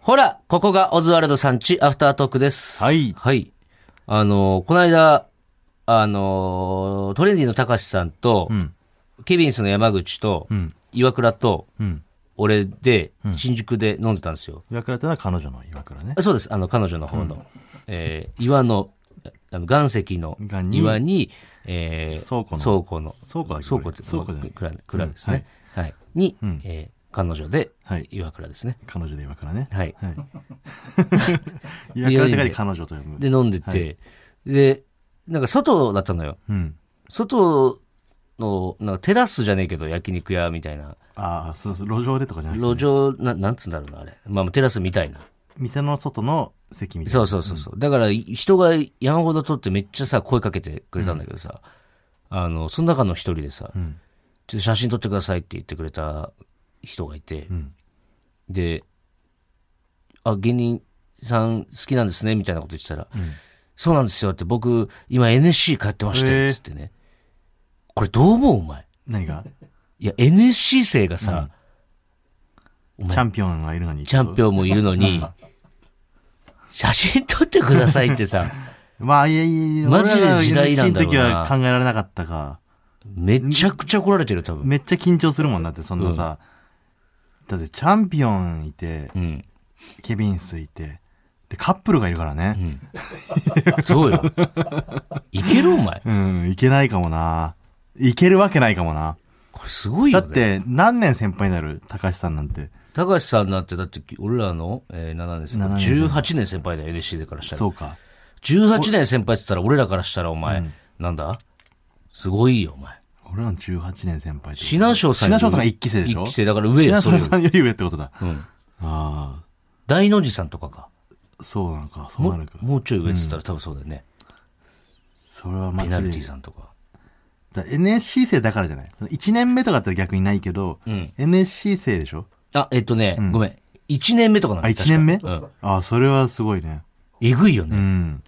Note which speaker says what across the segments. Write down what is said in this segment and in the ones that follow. Speaker 1: ほら、ここがオズワルドさんちアフタートークです。
Speaker 2: はい
Speaker 1: はい。あのー、この間、あのー、トレンディのたかしさんと、
Speaker 2: ん
Speaker 1: ケビンスの山口と、
Speaker 2: ん
Speaker 1: 岩倉と、
Speaker 2: うん。
Speaker 1: 俺で、新宿で飲んでたんですよ。
Speaker 2: 岩倉ってのは彼女の岩倉ね
Speaker 1: あ。そうです。あの、彼女の方の、えー岩の、あの岩石の
Speaker 2: 岩に
Speaker 1: 岩に、えー
Speaker 2: 倉庫の
Speaker 1: 倉庫の、
Speaker 2: 倉庫だっけ
Speaker 1: 倉庫って
Speaker 2: 倉庫じゃない
Speaker 1: 蔵蔵ですね。はい。に、えー彼女で
Speaker 2: はい、
Speaker 1: 岩倉ですね。
Speaker 2: 彼女で岩倉ね。
Speaker 1: はい。
Speaker 2: 岩倉って書いて彼女と呼ぶ。
Speaker 1: で、飲んでて、で、なんか外だったのよ。
Speaker 2: うん。
Speaker 1: 外の、なんかテラスじゃねえけど、焼肉屋みたいな。
Speaker 2: ああ、そうそう、路上でとかじゃなくて、
Speaker 1: 路上、ななんつうんだろうな、あれ。まあ、テラスみたいな。
Speaker 2: 店の外の席みたいな。
Speaker 1: そうそうそうそう。だから、人が山ほど取ってめっちゃさ、声かけてくれたんだけどさ、あの、その中の一人でさ、
Speaker 2: ん
Speaker 1: ちょっと写真撮ってくださいって言ってくれた人がいて、
Speaker 2: ん
Speaker 1: で、あ、芸人さん好きなんですね、みたいなこと言ってたら、そうなんですよって、僕、今 NSC 通ってまして、
Speaker 2: へー
Speaker 1: つってね。これどう思うお前。
Speaker 2: 何が
Speaker 1: いや、NSC 生がさ、
Speaker 2: チャンピオンがいるのに。
Speaker 1: チャンピオンもいるの に、写真撮ってくださいってさ、
Speaker 2: まあ、いやいや、
Speaker 1: マジで時代なんだろうな
Speaker 2: 俺らが NSC の時は考えられなかったか。
Speaker 1: めちゃくちゃ怒られてる、多分。
Speaker 2: めっちゃ緊張するもんなって、そんなさ。だって、チャンピオンいて、
Speaker 1: うん。
Speaker 2: ケビンスいて、で、カップルがいるからね。
Speaker 1: そう よ。いけるお前。
Speaker 2: うん、いけないかもな。いけるわけないかもな。
Speaker 1: これすごい
Speaker 2: だ
Speaker 1: よ、
Speaker 2: っ
Speaker 1: ね。
Speaker 2: て、何年先輩になる高橋さんなんて。
Speaker 1: 高橋さんなんて、だって、俺らの、えー、7年先輩。
Speaker 2: 7年
Speaker 1: 18年先輩だよ、NSC でからしたら
Speaker 2: そ。うか。
Speaker 1: 18年先輩って言ったら、俺らからしたら、お前、なんだすごいよ、お前。
Speaker 2: 俺らの18年先輩ってこと
Speaker 1: 品翔さんよ
Speaker 2: 品
Speaker 1: り
Speaker 2: 翔さんが一期生でしょ
Speaker 1: 一期生だから上よ、それよ
Speaker 2: 品翔
Speaker 1: り
Speaker 2: さんより上ってことだ。
Speaker 1: うん。
Speaker 2: あ
Speaker 1: 大の字さんとかか。
Speaker 2: あ、そうなのか、そう
Speaker 1: も
Speaker 2: なのか。
Speaker 1: もうちょい上って言ったら、多分そうだよね。
Speaker 2: それはマ
Speaker 1: ペナルテ
Speaker 2: ジ
Speaker 1: ィ
Speaker 2: で。
Speaker 1: さんとか。
Speaker 2: だ NSC 生だからじゃない ?1 年目とかだったら逆にないけど、
Speaker 1: ん
Speaker 2: NSC 生でしょ
Speaker 1: あ、えっとね、ごめん。1年目とかなん
Speaker 2: あ、
Speaker 1: だ
Speaker 2: 1年目
Speaker 1: 確かうん。
Speaker 2: ああ、それはすごいね。
Speaker 1: えぐいよね。
Speaker 2: うん。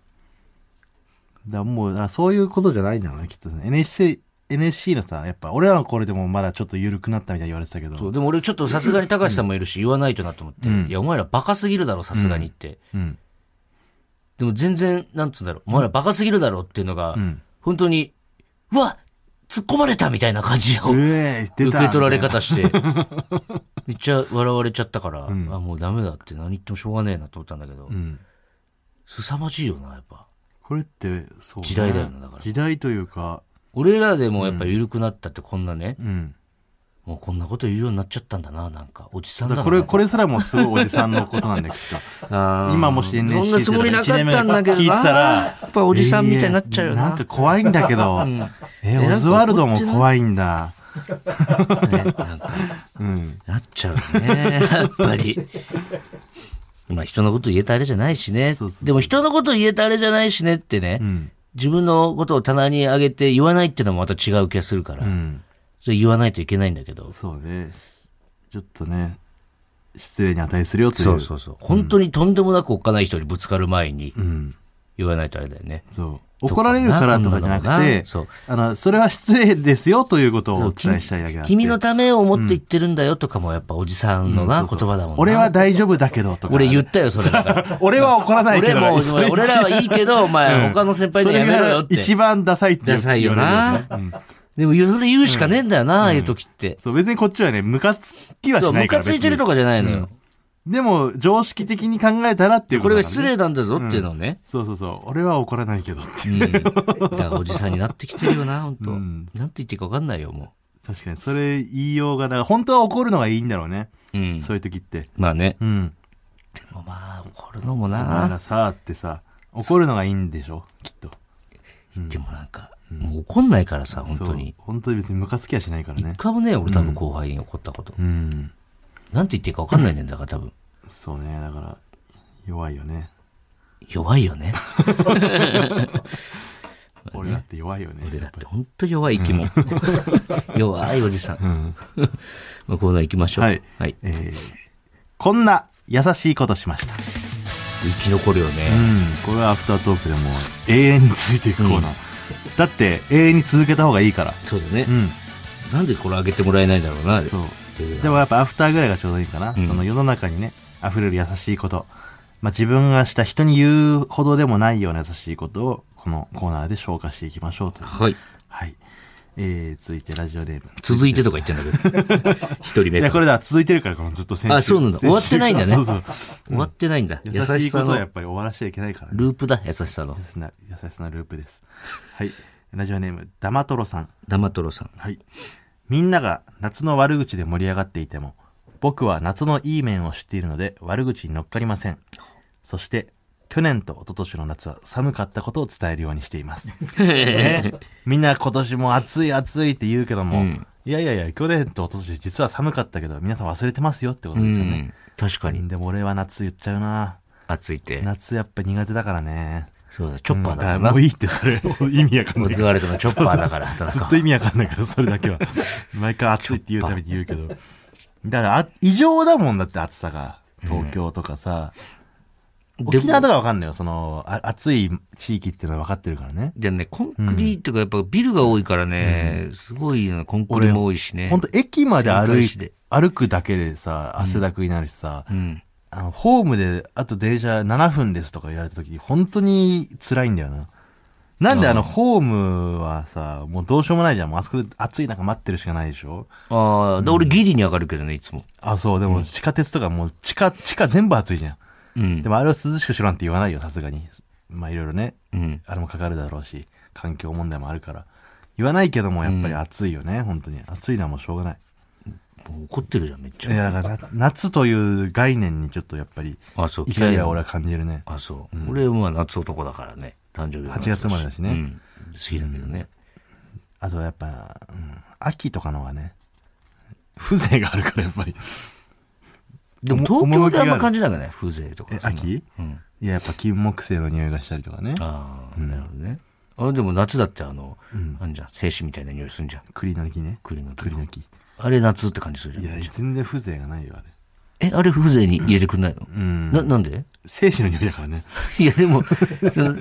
Speaker 2: だもうあ、そういうことじゃないんだろうね、きっとね。NSC、NSC のさ、やっぱ、俺らの頃でもまだちょっと緩くなったみたいに言われてたけど。
Speaker 1: そう、でも俺ちょっとさすがに高橋さんもいるし、言わないとなと思って、いや、お前らバカすぎるだろ、さすがにって。
Speaker 2: うん。
Speaker 1: でも全然、なんつうんだろう、お前らバカすぎるだろっていうのが、
Speaker 2: ん
Speaker 1: 本当に、うわ突っ込まれたみたいな感じ
Speaker 2: う
Speaker 1: の
Speaker 2: えー、出
Speaker 1: 受
Speaker 2: た
Speaker 1: け取られ方 して、めっちゃ笑われちゃったから、
Speaker 2: ん
Speaker 1: あ、もうダメだって何言ってもしょうがねえなと思ったんだけど、
Speaker 2: うん。
Speaker 1: 凄まじいよな、やっぱ。
Speaker 2: これって、そう、
Speaker 1: 時代だよなだから
Speaker 2: 時代というか、
Speaker 1: 俺らでもやっぱ緩くなったってこんなね、
Speaker 2: うん。
Speaker 1: もうこんなこと言うようになっちゃったんだな、なんか。おじさん
Speaker 2: だ
Speaker 1: だ
Speaker 2: か
Speaker 1: な。
Speaker 2: らこれ、これすらもすごいおじさんのことなんだけど今もし NSC
Speaker 1: そんなつもりなかったんだけどな
Speaker 2: 聞いてたら、
Speaker 1: やっぱおじさんみたいになっちゃうよな
Speaker 2: えーなんか怖いんだけど、え
Speaker 1: えなん
Speaker 2: ー、
Speaker 1: か
Speaker 2: オズワルドも怖いんだ。
Speaker 1: ねなんか
Speaker 2: うん。
Speaker 1: なっちゃう ね、やっぱり。まあ人のこと言えたあれじゃないしね。
Speaker 2: そうそうそう
Speaker 1: でも人のこと言えたあれじゃないしねってね、
Speaker 2: うん。
Speaker 1: 自分のことを棚に上げて言わないってのもまた違う気がするから、
Speaker 2: うん。
Speaker 1: それ言わないといけないんだけど。
Speaker 2: そうね。ちょっとね、失礼に値するよという。
Speaker 1: そうそうそう。本当にとんでもなくおっかない人にぶつかる前に
Speaker 2: うん。
Speaker 1: 言わないとあれだよね。
Speaker 2: そう。怒られるからとかじゃな
Speaker 1: どこ
Speaker 2: く
Speaker 1: か
Speaker 2: て
Speaker 1: な、そう
Speaker 2: あの、それは失礼ですよということをお伝えしたいだけだ
Speaker 1: 君のためを思って言ってるんだよとかもやっぱおじさんのな、言葉だもんな。
Speaker 2: 俺は大丈夫だけどとか。
Speaker 1: 俺言ったよ、それだから。
Speaker 2: 俺は怒らないけ
Speaker 1: 俺
Speaker 2: ど。
Speaker 1: も、
Speaker 2: それ
Speaker 1: 俺らはいいけど、お前、他の先輩にやめろよっ
Speaker 2: それが
Speaker 1: て。
Speaker 2: 一番ダサいって言
Speaker 1: ダ
Speaker 2: う
Speaker 1: サいよ
Speaker 2: 言わ
Speaker 1: な
Speaker 2: れるよねうん。
Speaker 1: でも、それ言うしかねえんだよな、ああいう時って。
Speaker 2: そう、別にこっちはね、ムカつきは
Speaker 1: そ
Speaker 2: し
Speaker 1: う、
Speaker 2: な
Speaker 1: ム
Speaker 2: いから。
Speaker 1: カついてると
Speaker 2: か。
Speaker 1: かじゃないのよ。
Speaker 2: でも、常識的に考えたらっていう
Speaker 1: こ
Speaker 2: こ
Speaker 1: れが
Speaker 2: とだからね
Speaker 1: 失礼なんだぞっていうのをね。
Speaker 2: そうそうそう。俺は怒らないけどって。
Speaker 1: うん。だから、おじさんになってきてるよな、本当
Speaker 2: うん
Speaker 1: なんて言っていいか分かんないよ、も
Speaker 2: 確かに、それ言いようが、だから本当は怒るのがいいんだろうね。
Speaker 1: う。うん。
Speaker 2: そういう時って。
Speaker 1: まあね。
Speaker 2: うん。
Speaker 1: でもまあ、怒るのも
Speaker 2: お前
Speaker 1: な。
Speaker 2: らさ、ってさ、怒るのがいいんでしょきっと。
Speaker 1: でもなんか、もう怒んないからさ、本当に
Speaker 2: そう。。本当に別にムカつきはしないからね
Speaker 1: 一。回もね、俺多分後輩に怒ったこと。
Speaker 2: うん。
Speaker 1: なんて言っていいか分かんないねんだから、多分。
Speaker 2: そうね。だから、弱いよね。
Speaker 1: 弱いよ ね。
Speaker 2: 俺だって弱いよね。
Speaker 1: 俺だって本当弱い生き物。 弱いおじさん。 まあコーナー行きましょう。
Speaker 2: はい
Speaker 1: はい。
Speaker 2: えーこんな優しいことしました。
Speaker 1: 生き残るよ
Speaker 2: う
Speaker 1: ね。
Speaker 2: ん。これはアフタートークでもう永遠に続いていくコーナー。だって永遠に続けた方がいいから。
Speaker 1: そうだね
Speaker 2: う。ん。
Speaker 1: なんでこれあげてもらえないんだろうな。あれ
Speaker 2: そう。
Speaker 1: えー
Speaker 2: でもやっぱアフターぐらいがちょうどいいかな。
Speaker 1: ん
Speaker 2: その世の中にね、溢れる優しいこと。まあ、自分がした人に言うほどでもないような優しいことを、このコーナーで消化していきましょうという。
Speaker 1: はい。
Speaker 2: はい。えー、続いてラジオネーム。
Speaker 1: 続いてとか言ってんだ けど。一人
Speaker 2: い
Speaker 1: 目
Speaker 2: や、
Speaker 1: か
Speaker 2: こ
Speaker 1: ら。
Speaker 2: れだ、続いてるから、このずっと先週
Speaker 1: あそうなんだ
Speaker 2: 先週
Speaker 1: 終わってないんだね
Speaker 2: そうそう。
Speaker 1: 終わってないんだ。優
Speaker 2: 優し
Speaker 1: し
Speaker 2: いこ
Speaker 1: さ
Speaker 2: とはや
Speaker 1: の
Speaker 2: っぱり終わらしちゃいけないからね。
Speaker 1: ループだ、優しさの。
Speaker 2: 優しな優しさなループです。はい。ラジオネーム、ダマトロさん。
Speaker 1: ダマトロさ ん。
Speaker 2: はい。みんなが夏の悪口で盛り上がっていても、僕は夏のいい面を知っているので悪口に乗っかりません。そして、去年と一昨年の夏は寒かったことを伝えるようにしています。ねみんな今年も暑い暑いって言うけども、
Speaker 1: うん
Speaker 2: いやいやいや、去年と一昨年実は寒かったけど、皆さん忘れてますよってこと
Speaker 1: う
Speaker 2: ですよね。
Speaker 1: ん。確かに。
Speaker 2: でも俺は夏言っちゃうな。
Speaker 1: 熱いって。
Speaker 2: 夏やっぱ苦手だからね。
Speaker 1: そうだ、チョッパーだか
Speaker 2: う
Speaker 1: ら
Speaker 2: んだ
Speaker 1: な。
Speaker 2: もういいって、それ。もう意味わかんない。
Speaker 1: 僕があれとかチョッパーだから、田
Speaker 2: ず
Speaker 1: 中
Speaker 2: っと。意味わかんないから、それだ けは。毎回暑いって言うたびに言うけど。だから、あ異常だもんだって、暑さが。東京とかさ。沖縄とかわかんないよ。その、あ暑い地域っていうのは分かってるからね。
Speaker 1: じゃあね、コンクリートがやっぱビルが多いからね、すごいよね、コンクリも多いしね。
Speaker 2: ほんと、駅まで歩
Speaker 1: 新
Speaker 2: い
Speaker 1: 幹線で
Speaker 2: 歩くだけでさ、汗だくになるしさ。
Speaker 1: うん。
Speaker 2: あの、ホームで、あと電車7分ですとか言われた時、本当に辛いんだよな。なんであの、ホームはさ、もうどうしようもないじゃん。もうあそこで暑い中待ってるしかないでしょ
Speaker 1: ああ、で俺ギリに上がるけどね、いつも。
Speaker 2: あ、そう、でも地下鉄とかもう地下、地下全部暑いじゃん。
Speaker 1: うん
Speaker 2: で。もあれを涼しくしろなんて言わないよ、さすがに。まあいろいろね、
Speaker 1: うん。
Speaker 2: あれもかかるだろうし、環境問題もあるから。言わないけども、やっぱり暑いよね、本当に。暑いのはもうしょうがない。
Speaker 1: もう怒ってるじゃん、めっ
Speaker 2: い
Speaker 1: ちゃ。
Speaker 2: や、だからな、夏という概念にちょっとやっぱり、
Speaker 1: あ、そう、
Speaker 2: いきなりは俺は感じるね。
Speaker 1: あ、そう。俺はまあ夏男だからね、誕生日が夏だし
Speaker 2: 8月生まれだしね
Speaker 1: うん。好きだけどね。
Speaker 2: あとはやっぱ、うん、秋とかのはね、風情があるから、やっぱり。
Speaker 1: でも
Speaker 2: お
Speaker 1: 東京であん
Speaker 2: 趣が
Speaker 1: ま
Speaker 2: る
Speaker 1: 感じないからね、風情とか
Speaker 2: え。、
Speaker 1: そんな
Speaker 2: 秋
Speaker 1: うん。
Speaker 2: いや、やっぱ金木犀の匂いがしたりとかね。
Speaker 1: ああ、なるほどね。あれでも夏だってあの、あんじゃん、精子みたいな匂いすんじゃん。
Speaker 2: 栗の木ね。
Speaker 1: 栗の木
Speaker 2: 栗の木。い
Speaker 1: あれ夏って感じするじゃ
Speaker 2: や
Speaker 1: ん。、
Speaker 2: 全然風情がないよ、あれ。
Speaker 1: え、あれ風情に入れてくんないの
Speaker 2: うん。
Speaker 1: な、なんで
Speaker 2: 精子の匂いだからね。
Speaker 1: いや、でも、その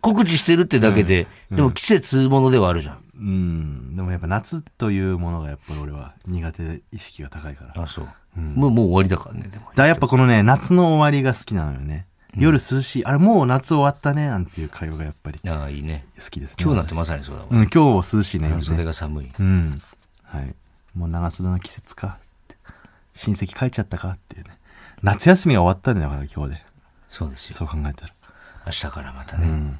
Speaker 1: 告知してるってだけで、でも季節ものではあるじゃん。
Speaker 2: うん。でもやっぱ夏というものがやっぱり俺は苦手で意識が高いから。だか
Speaker 1: あ、そう。もう、もう終わりだからね、でも。
Speaker 2: らやっぱこのね、夏の終わりが好きなのよね。夜涼しい。あれもう夏終わったね、なんていう会話がやっぱり
Speaker 1: ああ、いいね。
Speaker 2: 好きですね。
Speaker 1: 今日なんてまさにそうだわ。
Speaker 2: うん、今日も涼しいね、
Speaker 1: 半
Speaker 2: 夜ね
Speaker 1: 袖。が寒い。
Speaker 2: うん。はい。もう長袖の季節かって。親戚帰っちゃったかっていうね。夏休みが終わったんだよ、だから今日で。
Speaker 1: そうですよ。
Speaker 2: そう考えたら。
Speaker 1: 明日からまた
Speaker 2: う
Speaker 1: ね。
Speaker 2: ん。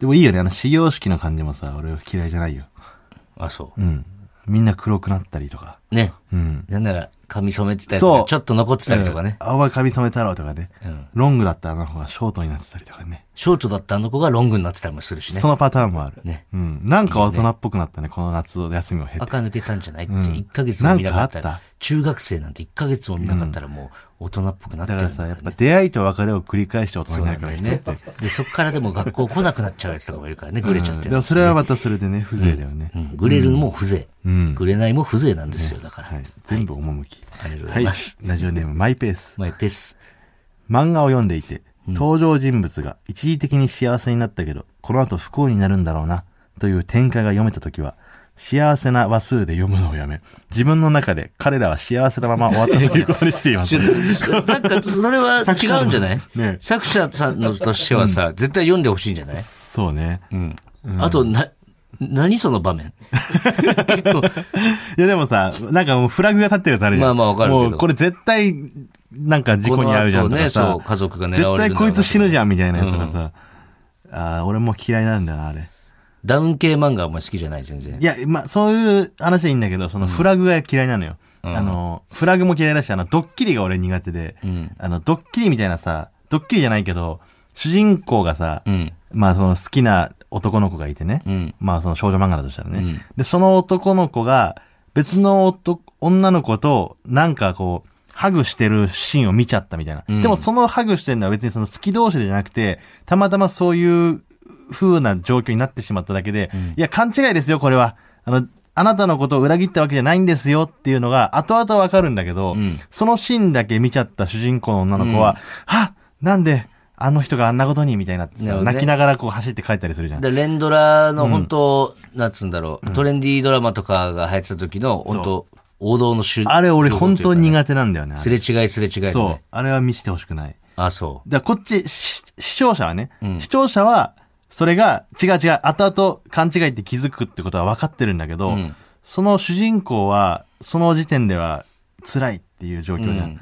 Speaker 2: でもいいよね、あの始業式の感じもさ、俺は嫌いじゃないよ。。
Speaker 1: あ、そう
Speaker 2: ん。みんな黒くなったりとか。
Speaker 1: う。ね。
Speaker 2: うん。
Speaker 1: なんなら、髪染めてたやつが
Speaker 2: そう
Speaker 1: ちょっと残ってたりとかね。
Speaker 2: うん。青い髪染め太郎とかね。
Speaker 1: うん。
Speaker 2: ロングだったあの子がショートになってたりとかね。
Speaker 1: ショートだったあの子がロングになってたりもするしね
Speaker 2: そ。のパターンもある。
Speaker 1: ね
Speaker 2: うん。なんか大人っぽくなったね、この夏の休みを経て。
Speaker 1: 赤抜けたんじゃないって、
Speaker 2: うん
Speaker 1: 1ヶ月も見なかった
Speaker 2: なん
Speaker 1: ら
Speaker 2: かあ、
Speaker 1: 中学生なんて1ヶ月も見なかったらもう大人っぽくなって
Speaker 2: だ
Speaker 1: る
Speaker 2: か
Speaker 1: ん
Speaker 2: ら
Speaker 1: だ
Speaker 2: さ、やっ
Speaker 1: ね
Speaker 2: ぱ出会いと別れを繰り返して大人
Speaker 1: そう
Speaker 2: にな
Speaker 1: なん
Speaker 2: るか
Speaker 1: だ
Speaker 2: ら
Speaker 1: よ
Speaker 2: 人って
Speaker 1: ね。。で、そこからでも学校来なくなっちゃうやつとかもいるからね、ぐれちゃって
Speaker 2: で
Speaker 1: る
Speaker 2: も。それはまたそれでね、風情だよね
Speaker 1: う。ん、ぐれるも風
Speaker 2: う
Speaker 1: 情。
Speaker 2: ん。
Speaker 1: ぐれないも風情なんですよ、だから。
Speaker 2: はい。全部趣。
Speaker 1: ありがとうご
Speaker 2: は
Speaker 1: ざい
Speaker 2: い
Speaker 1: ま。す。
Speaker 2: ラジオネーム、マイペース。
Speaker 1: マイペース。
Speaker 2: 漫画を読んでいて、登場人物が一時的に幸せになったけど、この後不幸になるんだろうな、という展開が読めたときは、幸せな話数で読むのをやめ、自分の中で彼らは幸せなまま終わった ということにしています。
Speaker 1: なんか、それは違うんじゃない
Speaker 2: 作者のね
Speaker 1: 作者さんのとしてはさ、絶対読んでほしいんじゃない
Speaker 2: そうね。
Speaker 1: うん。あと、な、何その場面結構、
Speaker 2: いやでもさ、なんかもうフラグが立ってるやつあるじゃん。
Speaker 1: まあまあわかるけど
Speaker 2: もうこれ絶対、なんか 事故に遭うじゃんと
Speaker 1: この後
Speaker 2: か
Speaker 1: ね、
Speaker 2: さ、
Speaker 1: そう、家族が狙
Speaker 2: 絶
Speaker 1: われ
Speaker 2: 対
Speaker 1: るんだ
Speaker 2: こ
Speaker 1: ろう
Speaker 2: い
Speaker 1: な
Speaker 2: つ死ぬじゃんみたいなやつがさ、ああ、俺もう嫌いなんだよな、あれ。
Speaker 1: ダウン系漫画はあんま好きじゃない、全然
Speaker 2: い。や、まあ、そういう話はいいんだけど、そのフラグが嫌いなのよ。あの、フラグも嫌いだし、あの、ドッキリが俺苦手で、
Speaker 1: ん
Speaker 2: あの、ドッキリみたいなさ、ドッキリじゃないけど、主人公がさ、
Speaker 1: うん。
Speaker 2: まあ、その好きな男の子がいてね、
Speaker 1: うん。
Speaker 2: まあ、その少女漫画だとしたらね、
Speaker 1: うん
Speaker 2: で、その男の子が、別の男、女の子と、なんかこう、ハグしてるシーンを見ちゃったみたいな。
Speaker 1: うん
Speaker 2: でもそのハグしてるのは別にその好き同士じゃなくて、たまたまそういう風な状況になってしまっただけで、いや、勘違いですよ、これは。あの、あなたのことを裏切ったわけじゃないんですよっていうのが、後々わかるんだけど、
Speaker 1: ん
Speaker 2: そのシーンだけ見ちゃった主人公の女の子は、はっなんで、あの人があんなことにみたいになって
Speaker 1: なるほ
Speaker 2: さ、
Speaker 1: どね
Speaker 2: 泣きながらこう走って帰ったりするじゃん。
Speaker 1: で連ドラの本当、なんつうんだろう、トレンディードラマとかが流行ってた時の、本当、王道の手
Speaker 2: あれ俺本当に
Speaker 1: 手法というかね
Speaker 2: 苦手なんだよね。あれ
Speaker 1: すれ違いすれ違い、ね。
Speaker 2: そう。あれは見せてほしくない。
Speaker 1: あ、そ
Speaker 2: だからこっち、し視聴者はね、視聴者は、それが、違う違う、後々勘違いって気づくってことは分かってるんだけど、
Speaker 1: ん
Speaker 2: その主人公は、その時点では辛いっていう
Speaker 1: う。
Speaker 2: 状況
Speaker 1: う
Speaker 2: じゃん。
Speaker 1: ん。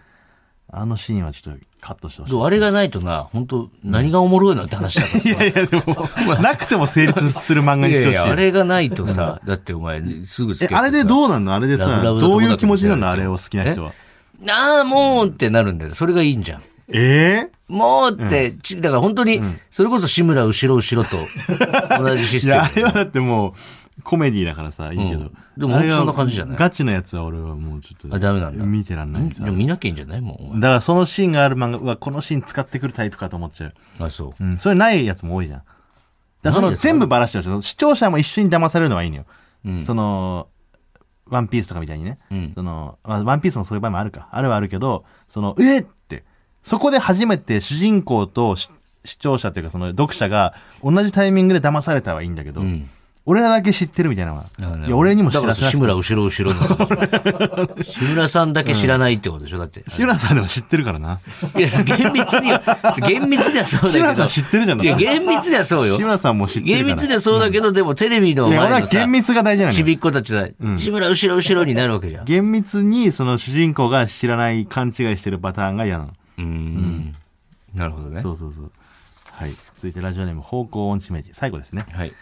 Speaker 2: あのシーンはちょっとカットしてほし
Speaker 1: そうあれがないとな、本当何がおもろいのって話だからさ。
Speaker 2: い。いやいや、で も、なくても成立する漫画に
Speaker 1: いや
Speaker 2: してほしい。
Speaker 1: いや、あれがないとさ、だってお前、すぐ好き
Speaker 2: え、あれでどうなんのあれで
Speaker 1: ラ
Speaker 2: さ、
Speaker 1: ブラブな
Speaker 2: どうい
Speaker 1: 友
Speaker 2: う
Speaker 1: 達
Speaker 2: 気持ちなの
Speaker 1: み
Speaker 2: あ
Speaker 1: たいな
Speaker 2: れを好きな人は。
Speaker 1: ああ、もうってなるんだよ。それがいいんじゃん。
Speaker 2: え
Speaker 1: もうって、ちだから本当に、それこそ志村後ろ後ろと同じシ
Speaker 2: ー、
Speaker 1: ス
Speaker 2: い
Speaker 1: テム
Speaker 2: や、あ。れはだってもう、コメディだからさ、いいけど。
Speaker 1: うんでもほんと
Speaker 2: あれは
Speaker 1: そんな感じじゃない
Speaker 2: ガチのやつは俺はもうちょっと。
Speaker 1: あダメなんだ
Speaker 2: 見てらんない
Speaker 1: でも見なきゃいいんじゃないもうお前
Speaker 2: だからそのシーンがある漫画、うわ、このシーン使ってくるタイプかと思っちゃう。。
Speaker 1: あ、そう。
Speaker 2: うん、それないやつも多いじゃん。だからそ
Speaker 1: な
Speaker 2: の
Speaker 1: いですか
Speaker 2: 全部バラしてほしいその視聴者も一緒に騙されるのはいいのよ。その、ワンピースとかみたいにね。
Speaker 1: うん
Speaker 2: その、まあワンピースもそういう場合もあるか。あるはあるけど、その、えっって、そこで初めて主人公とし視聴者というかその読者が同じタイミングで騙されたはいいんだけど、
Speaker 1: ん
Speaker 2: 俺らだけ知ってるみたいなのは。いや、俺にも知
Speaker 1: だから
Speaker 2: らせな
Speaker 1: 志
Speaker 2: い。
Speaker 1: 村後ろ後ろの。 志村さんだけ知らないってことでしょだって。
Speaker 2: 志村さんでも知ってるからな。
Speaker 1: いや、厳密には、厳密にはそうだけど。
Speaker 2: 志村さん知ってるじゃん
Speaker 1: いや、厳密にはそうよ
Speaker 2: 志。村さんも知ってるから。
Speaker 1: 厳密にはそうだけど、でもテレビの
Speaker 2: いや、
Speaker 1: 前
Speaker 2: 俺は
Speaker 1: のさ
Speaker 2: 厳、密が大事なの
Speaker 1: ち
Speaker 2: よ。
Speaker 1: びっ子たちだ。志村後ろ後ろになるわけじゃん。
Speaker 2: 厳密に、その主人公が知らない、勘違いしてるパターンが嫌なの。
Speaker 1: うーん。なるほどね。
Speaker 2: そうそうそう。はい。続いてラジオネーム、方向音痴名人。最後ですね。
Speaker 1: はい。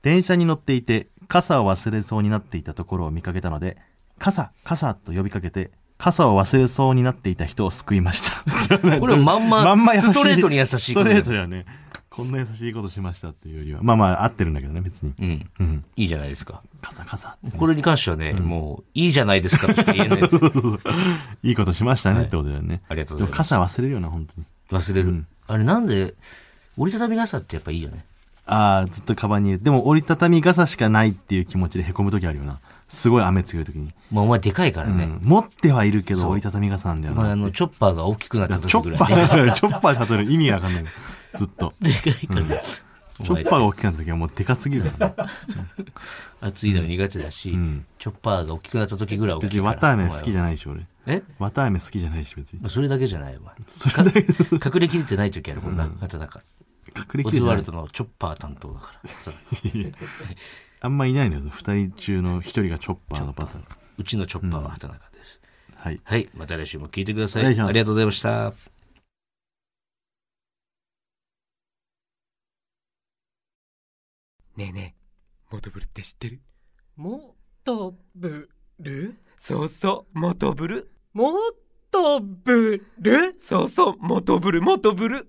Speaker 2: 電車に乗っていて、傘を忘れそうになっていたところを見かけたので、傘、傘と呼びかけて、傘を忘れそうになっていた人を救いまし た。
Speaker 1: これまんま
Speaker 2: 優しい
Speaker 1: ストレートに優しい
Speaker 2: ストレートだよね。こんな優しいことしましたっていうよりは。まあまあ、合ってるんだけどね、別に。
Speaker 1: うん。
Speaker 2: うん。
Speaker 1: いいじゃないですか。
Speaker 2: 傘、傘 って。
Speaker 1: これに関してはね、もう、いいじゃないですかとしか言えないです。
Speaker 2: いいことしましたねってことだよね。
Speaker 1: ありがとうござ
Speaker 2: でも
Speaker 1: います。
Speaker 2: 傘忘れるよな、本当に。
Speaker 1: 忘れる。あれなんで、折りたたみ傘ってやっぱいいよね。
Speaker 2: ああ、ずっとカバンに入れて。でも折りたたみ傘しかないっていう気持ちで凹む時あるよな。すごい雨強い時に。
Speaker 1: まあお前でかいから
Speaker 2: う
Speaker 1: ね。
Speaker 2: ん。持ってはいるけど折りたたみ傘なんだよ
Speaker 1: まあ
Speaker 2: な。
Speaker 1: あの、チョッパーが大きくなった
Speaker 2: チョ
Speaker 1: 時ぐら
Speaker 2: ッ
Speaker 1: い
Speaker 2: パ
Speaker 1: ね。
Speaker 2: ー、 チョッパーで例える意味がわかんない。ずっと。
Speaker 1: でかいから。
Speaker 2: チョッパーが大きくなった時はもうでかすぎるからね。
Speaker 1: 暑いの苦手だし、
Speaker 2: ん
Speaker 1: チョッパーが大きくなった時ぐらい大
Speaker 2: 別
Speaker 1: きい
Speaker 2: に
Speaker 1: から。
Speaker 2: 綿飴好き
Speaker 1: じ
Speaker 2: じゃないし、俺。
Speaker 1: ゃえ
Speaker 2: 綿飴好きじゃないし、別に
Speaker 1: ま。あそれだけじゃないよ、お前。
Speaker 2: それだけ、隠
Speaker 1: か隠れきれてない時あるもんな、畑中。
Speaker 2: れ
Speaker 1: オ
Speaker 2: き
Speaker 1: ズ
Speaker 2: れ
Speaker 1: ワ
Speaker 2: な
Speaker 1: ル
Speaker 2: い。
Speaker 1: ドのチョッパー担当だから。
Speaker 2: あんまいないのよ。二人中の一人がチョッパーのパターン。
Speaker 1: うちのチョッパーは畑中です。
Speaker 2: はい。
Speaker 1: はい、また来週も聞いてくださ
Speaker 2: お
Speaker 1: い。あ
Speaker 2: 願い
Speaker 1: り
Speaker 2: します
Speaker 1: がとうございました。
Speaker 3: ねえねえ、モトブルって知ってる
Speaker 4: もっとぶる
Speaker 3: そうそう、モトブル。
Speaker 4: もっとぶる
Speaker 3: そうそう、モトブル、モトブル。